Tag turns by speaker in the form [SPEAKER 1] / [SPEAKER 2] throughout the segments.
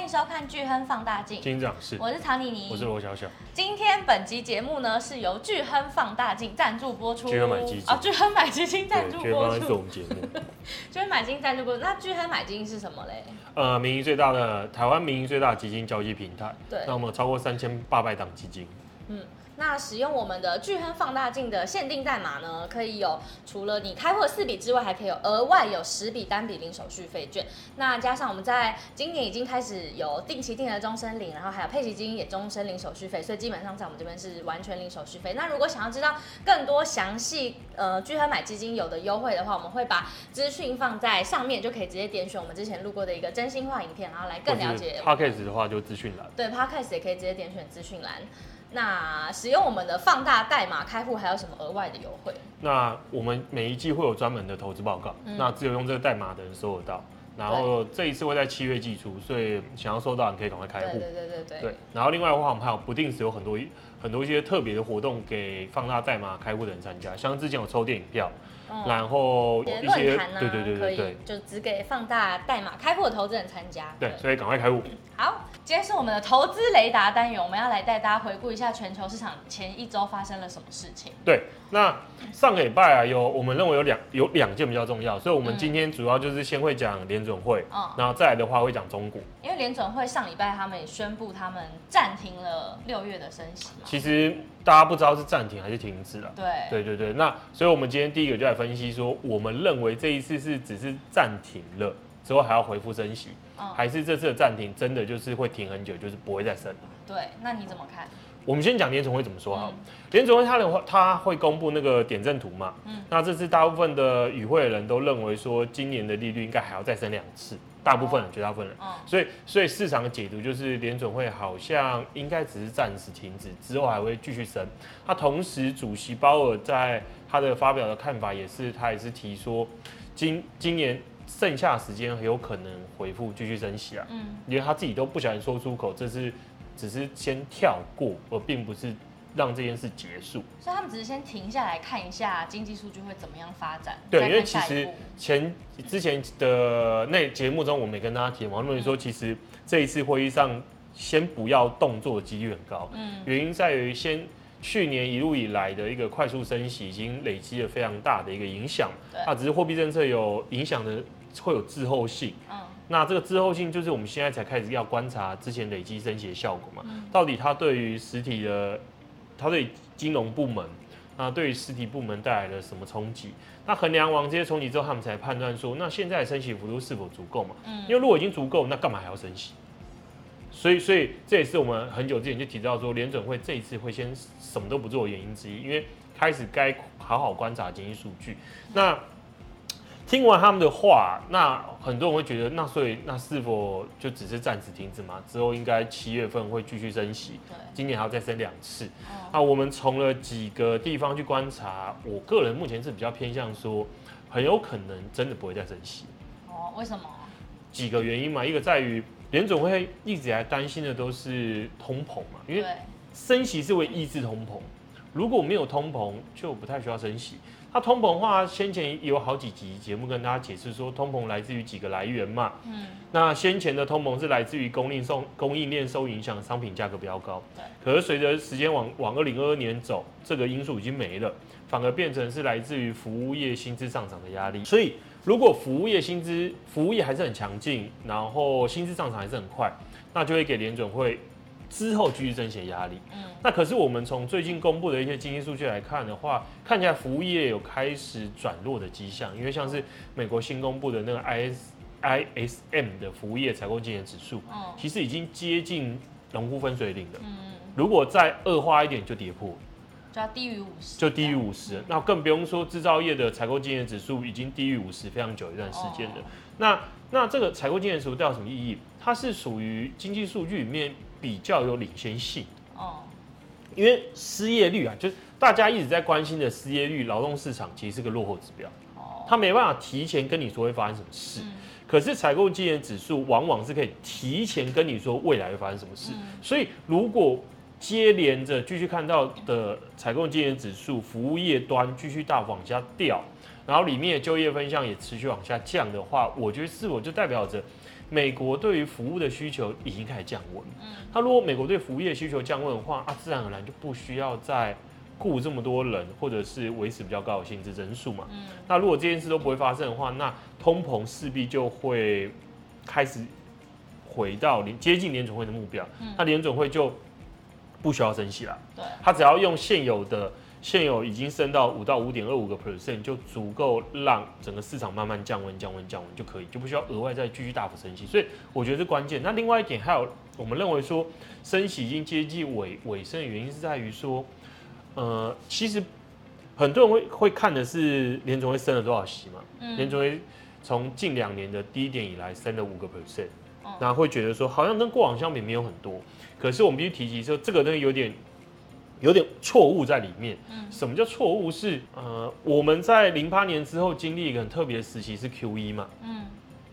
[SPEAKER 1] 迎收看巨亨放大镜，
[SPEAKER 2] 金长是，
[SPEAKER 1] 我是唐妮妮，
[SPEAKER 2] 我是罗小小，
[SPEAKER 1] 今天本集节目呢是由巨亨放大镜赞助播出，
[SPEAKER 2] 巨亨买基金
[SPEAKER 1] 哦，巨亨买基金赞
[SPEAKER 2] 对，
[SPEAKER 1] 助
[SPEAKER 2] 全方
[SPEAKER 1] 播
[SPEAKER 2] 来做我
[SPEAKER 1] 出，
[SPEAKER 2] 们节目。
[SPEAKER 1] 巨亨买基金赞助播出。那巨亨买基金是什么嘞？
[SPEAKER 2] 呃，民营最大的台湾民营最大的基金交易平台，
[SPEAKER 1] 对
[SPEAKER 2] 那我们有超过三千八百档基金，
[SPEAKER 1] 嗯，那使用我们的巨亨放大镜的限定代码呢，可以有除了你开户的四笔之外，还可以有额外有十笔单笔零手续费券。那加上我们在今年已经开始有定期定额终身领，然后还有配息基金也终身领手续费，所以基本上在我们这边是完全零手续费。那如果想要知道更多详细呃聚合买基金有的优惠的话，我们会把资讯放在上面，就可以直接点选我们之前录过的一个真心话影片，然后来更了解
[SPEAKER 2] p o c k e t 的话就资讯栏。
[SPEAKER 1] 对，Podcast 也可以直接点选资讯栏。那使用我们的放大代码开户，还有什么额外的优惠？
[SPEAKER 2] 那我们每一季会有专门的投资报告，
[SPEAKER 1] 嗯
[SPEAKER 2] 那只有用这个代码的人收得到。然后这一次会在七月寄出，所以想要收到你可以赶快开户
[SPEAKER 1] 对。对对对对。
[SPEAKER 2] 对，然后另外的话，我们还有不定时有很多一很多一些特别的活动给放大代码开户的人参加，像之前有抽电影票，
[SPEAKER 1] 嗯，
[SPEAKER 2] 然后
[SPEAKER 1] 一些
[SPEAKER 2] 一
[SPEAKER 1] 论
[SPEAKER 2] 些
[SPEAKER 1] 坛呢，啊
[SPEAKER 2] 对对对
[SPEAKER 1] 可
[SPEAKER 2] 对
[SPEAKER 1] 以
[SPEAKER 2] 对
[SPEAKER 1] 就只给放大代码开户的投资人参加。
[SPEAKER 2] 对，所以赶快开户。
[SPEAKER 1] 好，今天是我们的投资雷达单元，我们要来带大家回顾一下全球市场前一周发生了什么事情。
[SPEAKER 2] 对，那上个礼拜啊，有我们认为有两有两件比较重要，所以我们今天主要就是先会讲联准会，
[SPEAKER 1] 嗯，
[SPEAKER 2] 然后再来的话会讲中国。
[SPEAKER 1] 因为联准会上礼拜他们也宣布他们暂停了六月的升息嘛。
[SPEAKER 2] 其实大家不知道是暂停还是停止啊。
[SPEAKER 1] 对。
[SPEAKER 2] 对对对，那所以我们今天第一个就来分析说，我们认为这一次是只是暂停了之后还要回复升息，
[SPEAKER 1] 嗯，
[SPEAKER 2] 还是这次的暂停真的就是会停很久，就是不会再升。
[SPEAKER 1] 对。那你怎么看？
[SPEAKER 2] 我们先讲联总会怎么说好了
[SPEAKER 1] 嗯。
[SPEAKER 2] 联总会它的话，它会公布那个点阵图嘛。
[SPEAKER 1] 嗯
[SPEAKER 2] 那这次大部分的与会的人都认为说，今年的利率应该还要再升两次，大部分人，绝大部分人。
[SPEAKER 1] 嗯，
[SPEAKER 2] 所以，所以市场的解读就是联准会好像应该只是暂时停止，之后还会继续升。那同时，主席鲍尔在他的发表的看法也是，他也是提说，今今年剩下的时间很有可能回复继续升息啊。
[SPEAKER 1] 嗯，
[SPEAKER 2] 因为他自己都不小心说出口，这是只是先跳过，而并不是让这件事结束。
[SPEAKER 1] 所以他们只是先停下来看一下经济数据会怎么样发展，
[SPEAKER 2] 对，
[SPEAKER 1] 再
[SPEAKER 2] 因为
[SPEAKER 1] 看
[SPEAKER 2] 其
[SPEAKER 1] 下一
[SPEAKER 2] 实
[SPEAKER 1] 步。
[SPEAKER 2] 前之前的那节目中，我们也跟大家提嘛，我们说其实这一次会议上先不要动作的几率很高，
[SPEAKER 1] 嗯
[SPEAKER 2] 原因在于先。去年一路以来的一个快速升息，已经累积了非常大的一个影响
[SPEAKER 1] 对。
[SPEAKER 2] 啊，只是货币政策有影响的，会有滞后性。
[SPEAKER 1] 嗯
[SPEAKER 2] 那这个滞后性就是我们现在才开始要观察之前累积升息的效果嘛，
[SPEAKER 1] 嗯
[SPEAKER 2] 到底它对于实体的，它对金融部门，那对于实体部门带来了什么冲击？那衡量完这些冲击之后，他们才判断说，那现在的升息幅度是否足够嘛？
[SPEAKER 1] 嗯
[SPEAKER 2] 因为如果已经足够，那干嘛还要升息？所以，所以这也是我们很久之前就提到说，联准会这一次会先什么都不做的原因之一，因为开始该好好观察经济数据。那听完他们的话，那很多人会觉得，那所以那是否就只是暂时停止嘛？之后应该七月份会继续升息，
[SPEAKER 1] 对，
[SPEAKER 2] 今年还要再升两次。
[SPEAKER 1] 嗯
[SPEAKER 2] 那我们从了几个地方去观察，我个人目前是比较偏向说，很有可能真的不会再升息。
[SPEAKER 1] 哦，为什么？
[SPEAKER 2] 几个原因嘛，一个在于联总会一直以来担心的都是通膨嘛，因为
[SPEAKER 1] 对，
[SPEAKER 2] 升息是会抑制通膨，如果没有通膨，就不太需要升息。那通膨的话，先前有好几集节目跟大家解释说，通膨来自于几个来源嘛。
[SPEAKER 1] 嗯
[SPEAKER 2] 那先前的通膨是来自于供应送供应链受影响，商品价格比较高
[SPEAKER 1] 对。
[SPEAKER 2] 可是随着时间往往二零二二年走，这个因素已经没了，反而变成是来自于服务业薪资上涨的压力。所以如果服务业薪资服务业还是很强劲，然后薪资上涨还是很快，那就会给联准会之后继续增息压力。
[SPEAKER 1] 嗯
[SPEAKER 2] 那可是我们从最近公布的一些经济数据来看的话，看起来服务业有开始转弱的迹象，因为像是美国新公布的那个 IS ISM 的服务业采购经理指数，
[SPEAKER 1] 嗯
[SPEAKER 2] 其实已经接近农夫分水岭了。
[SPEAKER 1] 嗯，
[SPEAKER 2] 如果再恶化一点，就跌破了，
[SPEAKER 1] 就要低于五十，
[SPEAKER 2] 就低于五十。那更不用说制造业的采购经理指数已经低于五十非常久一段时间了。
[SPEAKER 1] 哦
[SPEAKER 2] 那那这个采购经理指数代表什么意义？它是属于经济数据里面比较有领先性。
[SPEAKER 1] 哦，
[SPEAKER 2] 因为失业率啊，就是大家一直在关心的失业率，劳动市场其实是个落后指标，
[SPEAKER 1] 哦，
[SPEAKER 2] 它没办法提前跟你说会发生什么事。
[SPEAKER 1] 嗯
[SPEAKER 2] 可是采购经理指数往往是可以提前跟你说未来会发生什么事，
[SPEAKER 1] 嗯
[SPEAKER 2] 所以如果接连着继续看到的采购经理指数，服务业端继续大幅往下掉，然后里面的就业分项也持续往下降的话，我觉得是否就代表着美国对于服务的需求已经开始降温了。
[SPEAKER 1] 嗯
[SPEAKER 2] 它如果美国对服务业需求降温的话，啊，自然而然就不需要再雇这么多人，或者是维持比较高的薪资增速嘛。
[SPEAKER 1] 嗯
[SPEAKER 2] 那如果这件事都不会发生的话，那通膨势必就会开始回到联接近联准会的目标。
[SPEAKER 1] 嗯
[SPEAKER 2] 那联准会就不需要升息了，
[SPEAKER 1] 对，
[SPEAKER 2] 它只要用现有的现有已经升到五到五点二五个 percent 就足够让整个市场慢慢降温、降温、降温就可以，就不需要额外再继续大幅升息。所以我觉得是关键。那另外一点还有，我们认为说升息已经接近尾尾声的原因是在于说，呃，其实很多人会会看的是联总会升了多少息嘛，
[SPEAKER 1] 嗯
[SPEAKER 2] 联总会从近两年的低点以来升了五个 percent，
[SPEAKER 1] 哦
[SPEAKER 2] 那会觉得说好像跟过往相比没有很多，可是我们必须提及说这个东西有点有点错误在里面。
[SPEAKER 1] 嗯
[SPEAKER 2] 什么叫错误？是呃我们在零八年之后经历一个很特别的时期是 Q E 嘛，
[SPEAKER 1] 嗯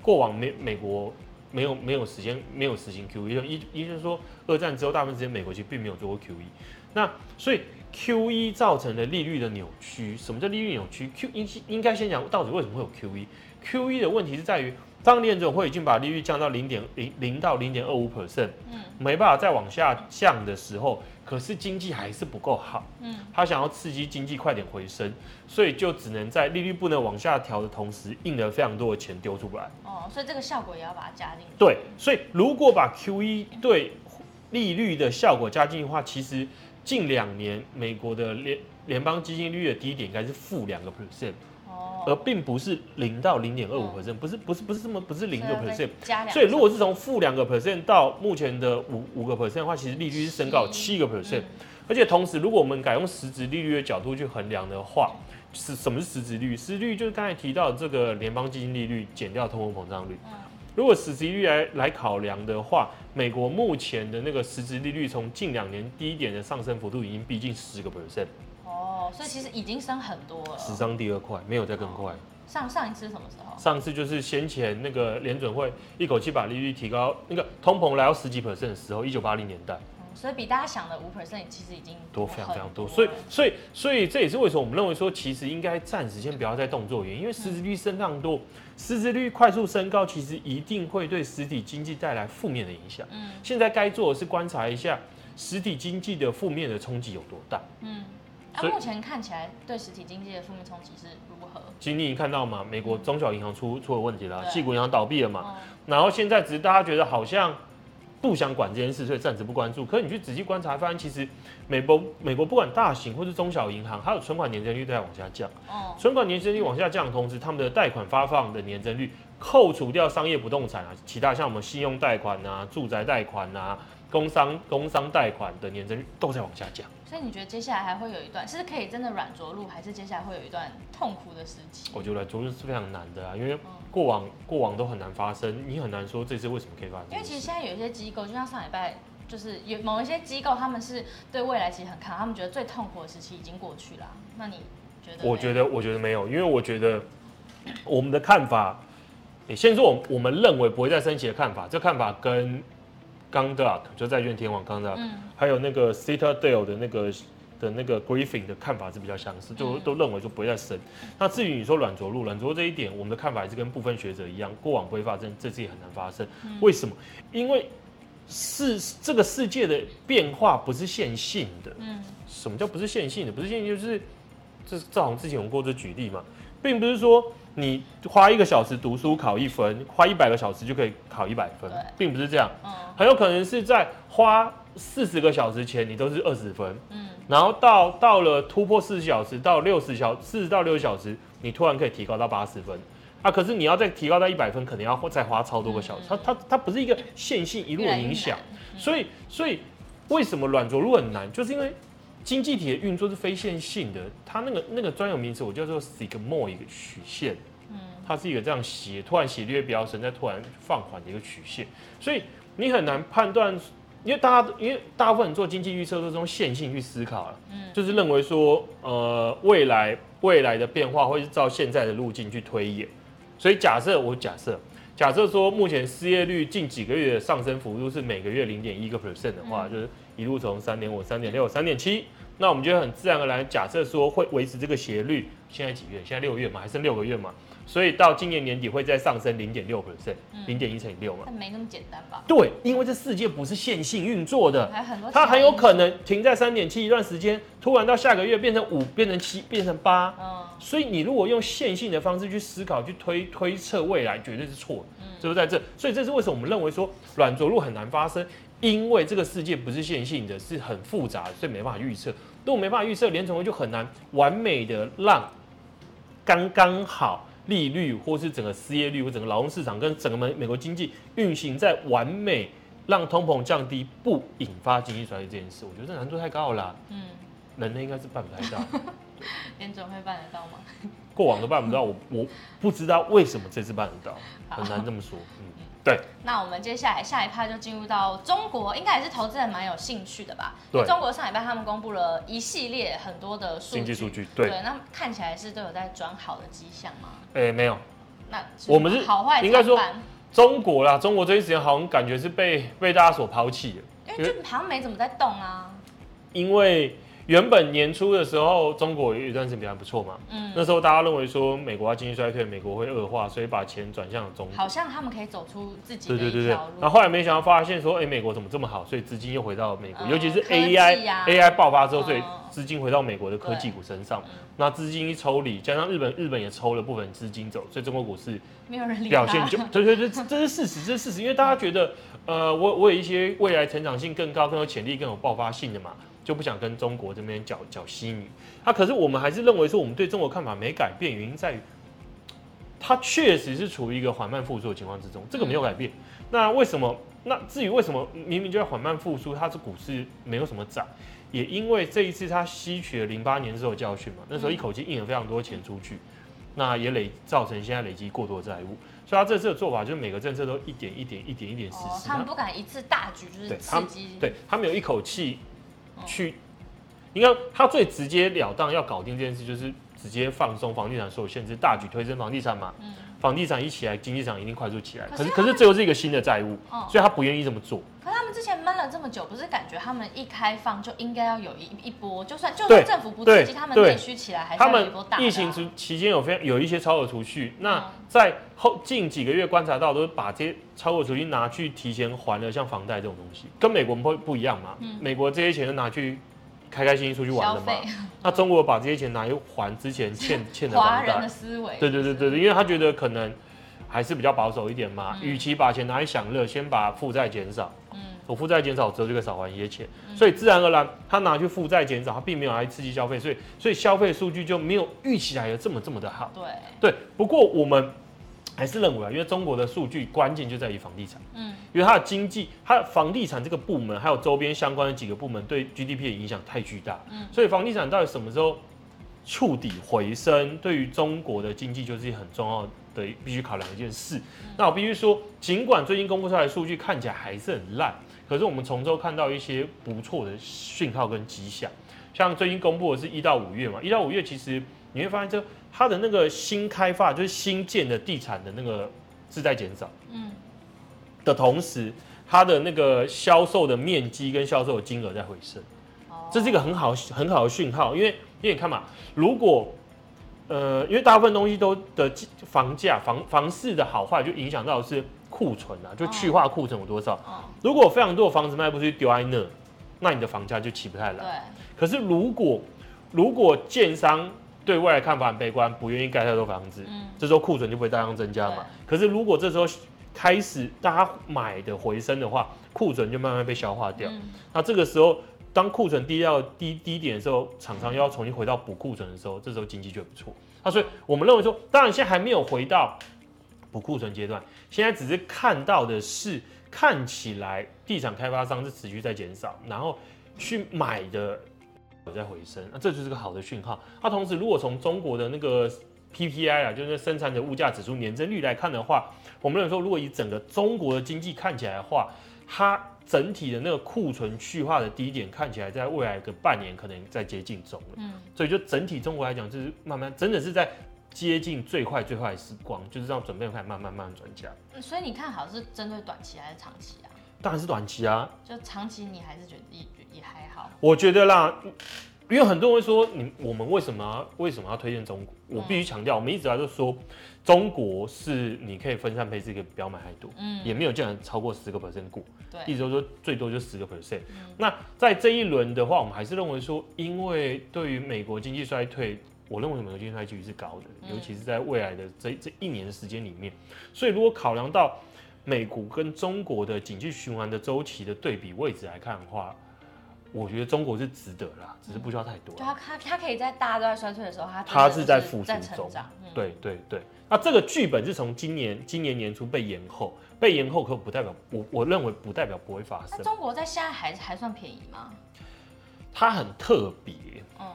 [SPEAKER 2] 过往美美国没有没有时间没有实行 Q E，一一就是说二战之后大部分时间美国其实并没有做过 Q E，那所以 Q E 造成了利率的扭曲。什么叫利率扭曲？Q 应应该先讲到底为什么会有 Q E？Q E 的问题是在于，当联准会已经把利率降到零点零零到零点二五 percent，
[SPEAKER 1] 嗯
[SPEAKER 2] 没办法再往下降的时候，可是经济还是不够好。
[SPEAKER 1] 嗯
[SPEAKER 2] 他想要刺激经济快点回升，所以就只能在利率不能往下调的同时，印了非常多的钱丢出来。
[SPEAKER 1] 哦，所以这个效果也要把它加进去。
[SPEAKER 2] 对，所以如果把 Q E 对利率的效果加进去的话，其实近两年美国的联联邦基金利率的低点应该是负两个 percent，
[SPEAKER 1] 哦，
[SPEAKER 2] 而并不是零到零点二五 percent，不是不是不是这么不是零个
[SPEAKER 1] 所以要
[SPEAKER 2] percent
[SPEAKER 1] 再。加两个 percent，
[SPEAKER 2] 所以如果是从负两个 percent 到目前的五五个 percent 的话，其实利率是升高七个 percent。
[SPEAKER 1] 嗯
[SPEAKER 2] 而且同时，如果我们改用实质利率的角度去衡量的话，是什么是实质利率？实质利率就是刚才提到的这个联邦基金利率减掉通货膨胀率。
[SPEAKER 1] 嗯
[SPEAKER 2] 如果实质利率来来考量的话，美国目前的那个实质利率从近两年低点的上升幅度已经逼近十个 percent，
[SPEAKER 1] 哦，所以其实已经升很多了。
[SPEAKER 2] 史上第二快，没有再更快。
[SPEAKER 1] 上上一次是什么时候？
[SPEAKER 2] 上次就是先前那个联准会一口气把利率提高，那个通膨来到十几 percent 的时候，一九八零年代。
[SPEAKER 1] 嗯所以比大家想的五 percent 其实已经
[SPEAKER 2] 多非常非常多，
[SPEAKER 1] 很
[SPEAKER 2] 所以
[SPEAKER 1] 了
[SPEAKER 2] 所以所以这也是为什么我们认为说，其实应该暂时先不要再动作的原因，因为失职率升非常多，失职率快速升高，其实一定会对实体经济带来负面的影响。
[SPEAKER 1] 嗯
[SPEAKER 2] 现在该做的是观察一下实体经济的负面的冲击有多大。
[SPEAKER 1] 嗯。那、
[SPEAKER 2] 所以
[SPEAKER 1] 目前看起来对实体经济的负面冲击是如何？
[SPEAKER 2] 其实你已经看到嘛，美国中小银行出出了问题了，
[SPEAKER 1] 对
[SPEAKER 2] 细股银行倒闭了嘛，
[SPEAKER 1] 哦，
[SPEAKER 2] 然后现在只是大家觉得好像不想管这件事，所以暂时不关注。可是你去仔细观察，发现其实美国美国不管大型或是中小银行，它有存款年增率都在往下降，
[SPEAKER 1] 哦，
[SPEAKER 2] 存款年增率往下降的同时，他们的贷款发放的年增率扣除掉商业不动产啊，其他像我们信用贷款啊、住宅贷款啊、工商工商贷款的年增率都在往下降。
[SPEAKER 1] 所以你觉得接下来还会有一段是可以真的软着陆，还是接下来会有一段痛苦的时期？嗯
[SPEAKER 2] 我觉得着陆是非常难的啊，因为过往过往都很难发生，你很难说这次为什么可以发生这
[SPEAKER 1] 因为
[SPEAKER 2] 件事。
[SPEAKER 1] 其实现在有一些机构，就像上礼拜，就是有某一些机构，他们是对未来其实很看好，他们觉得最痛苦的时期已经过去了啊。那你觉得？
[SPEAKER 2] 我觉，得，我觉得没有，因为我觉得我们的看法，也先说我们我们认为不会再升息的看法，这看法跟刚的就债券天王刚的，
[SPEAKER 1] 嗯
[SPEAKER 2] 还有那个 Citadel 的那个的那个 Griffin 的看法是比较相似，就
[SPEAKER 1] 嗯
[SPEAKER 2] 都认为说不会再升。那至于你说软着陆，软着陆这一点，我们的看法还是跟部分学者一样，过往不会发生，这次也很难发生。
[SPEAKER 1] 嗯
[SPEAKER 2] 为什么？因为世这个世界的变化不是线性的，
[SPEAKER 1] 嗯
[SPEAKER 2] 什么叫不是线性的？不是线性就是，这这好像之前我们过这举例嘛，并不是说你花一个小时读书考一分，花一百个小时就可以考一百分
[SPEAKER 1] 对，
[SPEAKER 2] 并不是这样，
[SPEAKER 1] 嗯
[SPEAKER 2] 很有可能是在花四十个小时前你都是二十分，
[SPEAKER 1] 嗯
[SPEAKER 2] 然后到到了突破四十小时到六十小四十到六十小时，你突然可以提高到八十分。啊，可是你要再提高到一百分，可能要再花超多个小时。它它它不是一个线性一路
[SPEAKER 1] 越
[SPEAKER 2] 的
[SPEAKER 1] 来越
[SPEAKER 2] 影响
[SPEAKER 1] 难，
[SPEAKER 2] 所以，所以为什么软着陆很难，就是因为经济体的运作是非线性的，它那个那个专有名词我叫做 sigmoid 曲线，
[SPEAKER 1] 嗯
[SPEAKER 2] 它是一个这样斜，突然斜率飙升，再突然放缓的一个曲线，所以你很难判断，因为大家因为大部分人做经济预测都是用线性去思考啊了，
[SPEAKER 1] 嗯
[SPEAKER 2] 就是认为说，呃，未来未来的变化会是照现在的路径去推演，所以假设我假设假设说目前失业率近几个月的上升幅度是每个月零点一个 percent 的话，
[SPEAKER 1] 嗯
[SPEAKER 2] 就是一路从三点五、三点六、三点七，那我们就很自然而然假设说会维持这个斜率。现在几月？现在六月嘛，还剩六个月嘛，所以到今年年底会再上升零点六 percent，零点一乘以六嘛。
[SPEAKER 1] 但没那么简单吧？
[SPEAKER 2] 对，因为这世界不是线性运作的，
[SPEAKER 1] 还有很多其他
[SPEAKER 2] 它很有
[SPEAKER 1] 因素
[SPEAKER 2] 可能停在三点七一段时间，突然到下个月变成五，变成七，变成八，
[SPEAKER 1] 嗯，
[SPEAKER 2] 所以你如果用线性的方式去思考、去推推测未来，绝对是错的，
[SPEAKER 1] 嗯
[SPEAKER 2] 就是在这。所以这是为什么我们认为说软着陆很难发生，因为这个世界不是线性的，是很复杂的，所以没办法预测。如果没办法预测，联储会就很难完美的让刚刚好利率，或是整个失业率，或整个劳动市场跟整个美美国经济运行在完美。让通膨降低不引发经济衰退这件事，我觉得这难度太高了啦
[SPEAKER 1] 嗯，
[SPEAKER 2] 人类应该是办不太到。
[SPEAKER 1] 联准会办得到吗？
[SPEAKER 2] 过往都办不到，我我不知道为什么这次办得到，很难这么说。嗯，对，
[SPEAKER 1] 那我们接下来下一趴就进入到中国，应该也是投资人蛮有兴趣的吧？
[SPEAKER 2] 对
[SPEAKER 1] 因为中国上礼拜他们公布了一系列很多的数
[SPEAKER 2] 经
[SPEAKER 1] 据，
[SPEAKER 2] 济数据对，
[SPEAKER 1] 那看起来是都有在转好的迹象嘛？
[SPEAKER 2] 哎，没有，
[SPEAKER 1] 那
[SPEAKER 2] 我们是
[SPEAKER 1] 好坏
[SPEAKER 2] 应该
[SPEAKER 1] 参
[SPEAKER 2] 说
[SPEAKER 1] 半
[SPEAKER 2] 中国啦，中国这段时间好像感觉是被被大家所抛弃的，
[SPEAKER 1] 因为就好像没怎么在动啊。
[SPEAKER 2] 因为原本年初的时候，中国有一段时间比较不错嘛，
[SPEAKER 1] 嗯，
[SPEAKER 2] 那时候大家认为说美国要经济衰退，美国会恶化，所以把钱转向中国。
[SPEAKER 1] 好像他们可以走出自己
[SPEAKER 2] 对
[SPEAKER 1] 的
[SPEAKER 2] 对
[SPEAKER 1] 一
[SPEAKER 2] 对对
[SPEAKER 1] 条，路。
[SPEAKER 2] 然后后来没想到发现说，哎、美国怎么这么好，所以资金又回到美国，
[SPEAKER 1] 嗯
[SPEAKER 2] 尤其是
[SPEAKER 1] 科技
[SPEAKER 2] AI、
[SPEAKER 1] 啊
[SPEAKER 2] AI 爆发之后，所以
[SPEAKER 1] 嗯
[SPEAKER 2] 资金回到美国的科技股身上
[SPEAKER 1] 对。
[SPEAKER 2] 那资金一抽离，加上日本日本也抽了部分资金走，所以中国股市
[SPEAKER 1] 没有人理
[SPEAKER 2] 表
[SPEAKER 1] 他哦
[SPEAKER 2] 现就对对对，这这是事实，这是事实，因为大家觉得呃，我我有一些未来成长性更高、更有潜力、更有爆发性的嘛，就不想跟中国这边搅搅稀泥。啊，可是我们还是认为说，我们对中国看法没改变，原因在于它确实是处于一个缓慢复苏的情况之中，这个没有
[SPEAKER 1] 嗯
[SPEAKER 2] 改变。那为什么？那至于为什么明明就在缓慢复苏，它是股市没有什么涨，也因为这一次它吸取了零八年之后的教训嘛，那
[SPEAKER 1] 嗯
[SPEAKER 2] 时候一口气印了非常多钱出去，那也累造成现在累积过多的债务，所以它这次的做法就是每个政策都一点一点一点一点实
[SPEAKER 1] 哦，
[SPEAKER 2] 施，
[SPEAKER 1] 他们不敢一次大举就是
[SPEAKER 2] 对他
[SPEAKER 1] 刺
[SPEAKER 2] 们
[SPEAKER 1] 激，
[SPEAKER 2] 对他没有一口气
[SPEAKER 1] 嗯
[SPEAKER 2] 去，应该他最直截了当要搞定这件事，就是直接放松房地产所有限制，大举推升房地产嘛。
[SPEAKER 1] 嗯
[SPEAKER 2] 房地产一起来，经济市场一定快速起来。
[SPEAKER 1] 可
[SPEAKER 2] 可
[SPEAKER 1] 是
[SPEAKER 2] 是可是这又是一个新的债务，
[SPEAKER 1] 哦
[SPEAKER 2] 所以他不愿意这么做。
[SPEAKER 1] 可是他们之前闷了这么久，不是感觉他们一开放就应该要有一一波，就算就算
[SPEAKER 2] 对
[SPEAKER 1] 政府不刺
[SPEAKER 2] 对
[SPEAKER 1] 激，他们
[SPEAKER 2] 对
[SPEAKER 1] 内需起来还是
[SPEAKER 2] 他
[SPEAKER 1] 要有
[SPEAKER 2] 们
[SPEAKER 1] 一波大的啊、
[SPEAKER 2] 疫情期期间有非常有一些超额储蓄，
[SPEAKER 1] 嗯
[SPEAKER 2] 那在后近几个月观察到，都是把这些超额储蓄拿去提前还了，像房贷这种东西，跟美国不不一样嘛。
[SPEAKER 1] 嗯
[SPEAKER 2] 美国这些钱就拿去开开心心出去玩
[SPEAKER 1] 消
[SPEAKER 2] 了嘛
[SPEAKER 1] 费，，
[SPEAKER 2] 那中国把这些钱拿去还之前 欠欠的
[SPEAKER 1] 华
[SPEAKER 2] 房
[SPEAKER 1] 人
[SPEAKER 2] 贷
[SPEAKER 1] 的，思维，
[SPEAKER 2] 对对对对对，因为他觉得可能还是比较保守一点嘛，
[SPEAKER 1] 嗯
[SPEAKER 2] 与其把钱拿去享乐，先把负债减少。
[SPEAKER 1] 嗯，
[SPEAKER 2] 我负债减少之后就可以少还一些钱，所以自然而然他拿去负债减少，他并没有来刺激消费，所以所以消费数据就没有预期来的这么这么的好。
[SPEAKER 1] 对，
[SPEAKER 2] 对，不过我们还是认为啊，因为中国的数据关键就在于房地产。
[SPEAKER 1] 嗯，
[SPEAKER 2] 因为它的经济、它的房地产这个部门，还有周边相关的几个部门对 GDP 的影响太巨大，
[SPEAKER 1] 嗯
[SPEAKER 2] 所以房地产到底什么时候触底回升，对于中国的经济就是很重要的必须考量一件事。那我必须说，尽管最近公布出来的数据看起来还是很烂，可是我们从中看到一些不错的讯号跟迹象，像最近公布的是一到五月嘛，一到五月其实你会发现，这它的那个新开发就是新建的地产的那个是在减少。
[SPEAKER 1] 嗯，
[SPEAKER 2] 的同时，它的那个销售的面积跟销售的金额在回升，
[SPEAKER 1] 哦
[SPEAKER 2] 这是一个很好很好的讯号，因为因为你看嘛，如果呃，因为大部分东西都的房价房房市的好坏就影响到的是库存啊，就去化库存有多少。
[SPEAKER 1] 哦，
[SPEAKER 2] 如果非常多的房子卖不出去丢在那，那你的房价就起不太来。
[SPEAKER 1] 对，
[SPEAKER 2] 可是如果如果建商对未来看法很悲观，不愿意盖太多房子，
[SPEAKER 1] 嗯
[SPEAKER 2] 这时候库存就不会大量增加嘛。可是如果这时候开始大家买的回升的话，库存就慢慢被消化掉。
[SPEAKER 1] 嗯
[SPEAKER 2] 那这个时候，当库存低到低低点的时候，厂商又要重新回到补库存的时候，这时候经济就会不错。那啊所以我们认为说，当然现在还没有回到补库存阶段，现在只是看到的是看起来地产开发商是持续在减少，然后去买的有在回升，那这就是个好的讯号。那同时，如果从中国的那个 PPI 啊，就是生产者物价指数年增率来看的话，我们认为说，如果以整个中国的经济看起来的话，它整体的那个库存去化的低点看起来，在未来个半年可能在接近中了。
[SPEAKER 1] 嗯，
[SPEAKER 2] 所以就整体中国来讲，就是慢慢真的是在接近最坏最坏的时光，就是这样准备开始慢慢慢慢转强。
[SPEAKER 1] 嗯所以你看好是针对短期还是长期啊？
[SPEAKER 2] 当然是短期啊。
[SPEAKER 1] 就长期你还是觉得也也还好，
[SPEAKER 2] 我觉得啦，因为很多人会说你我们为什么为什么要推荐中国？我必须强调，我们一直来都说中国是你可以分散配置，可以不要买太多，
[SPEAKER 1] 嗯，
[SPEAKER 2] 也没有见得超过十个 percent 股，一
[SPEAKER 1] 对，
[SPEAKER 2] 直都说最多就十个 percent
[SPEAKER 1] 嗯。
[SPEAKER 2] 那在这一轮的话，我们还是认为说，因为对于美国经济衰退。我认为美国经济衰退几率是高的，
[SPEAKER 1] 嗯
[SPEAKER 2] 尤其是在未来的这这一年的时间里面。所以，如果考量到美股跟中国的景气循环的周期的对比位置来看的话，我觉得中国是值得
[SPEAKER 1] 嗯
[SPEAKER 2] 啦，只是不需要太多
[SPEAKER 1] 就
[SPEAKER 2] 啦。
[SPEAKER 1] 他他他可以在大家都在衰退的时候，他
[SPEAKER 2] 它
[SPEAKER 1] 真的
[SPEAKER 2] 啊是在
[SPEAKER 1] 就
[SPEAKER 2] 复苏
[SPEAKER 1] 在成
[SPEAKER 2] 中
[SPEAKER 1] 长，嗯，
[SPEAKER 2] 对对对，那这个剧本是从今年今年年初被延后，被延后可不代表我我认为不代表不会发生
[SPEAKER 1] 那，中国在现在还还算便宜吗？
[SPEAKER 2] 它很特别。
[SPEAKER 1] 嗯，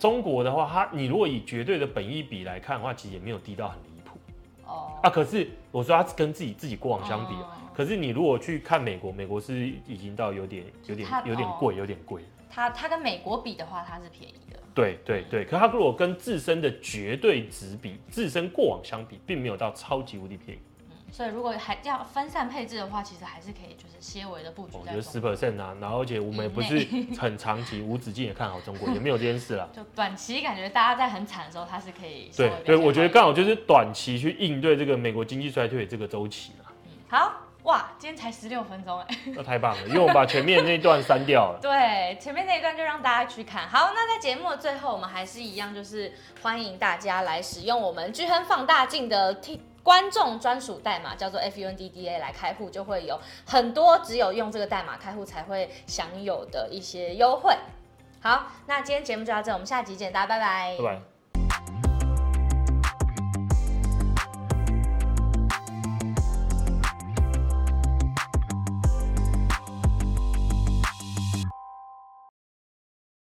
[SPEAKER 2] 中国的话，它你如果以绝对的本益比来看的话，其实也没有低到很离谱
[SPEAKER 1] 哦，
[SPEAKER 2] 啊。可是我说它是跟自己自己过往相比啊，
[SPEAKER 1] 哦
[SPEAKER 2] 可是你如果去看美国，美国是已经到有点有点
[SPEAKER 1] 它
[SPEAKER 2] 有点
[SPEAKER 1] 哦
[SPEAKER 2] 贵，有点贵。
[SPEAKER 1] 它它跟美国比的话，它是便宜的，
[SPEAKER 2] 对对对，可它如果跟自身的绝对值比，自身过往相比，并没有到超级无敌便宜。
[SPEAKER 1] 嗯，所以如果还要分散配置的话，其实还是可以就是些微的布局
[SPEAKER 2] 我觉
[SPEAKER 1] 在
[SPEAKER 2] 得
[SPEAKER 1] 中
[SPEAKER 2] 十 percent 啊，然后而且我们也不是
[SPEAKER 1] 啊
[SPEAKER 2] 很长期、无止境的看好中国，也没有这件事啦。
[SPEAKER 1] 就短期感觉大家在很惨的时候，它是啊可以稍微
[SPEAKER 2] 对
[SPEAKER 1] 表现
[SPEAKER 2] 对，我觉
[SPEAKER 1] 好
[SPEAKER 2] 得
[SPEAKER 1] 一点
[SPEAKER 2] 刚好就是短期去应对这个美国经济衰退这个周期啦，
[SPEAKER 1] 好哇，今天才十六分钟哎，
[SPEAKER 2] 那太棒了，因为我们把前面那一段删掉了。
[SPEAKER 1] 对，前面那一段就让大家去看。好，那在节目的最后，我们还是一样，就是欢迎大家来使用我们聚亨放大镜的 T。观众专属代码叫做 FUNDDA 来开户，就会有很多只有用这个代码开户才会享有的一些优惠。好，那今天节目就到这，我们下集见，大家拜拜，
[SPEAKER 2] 拜拜。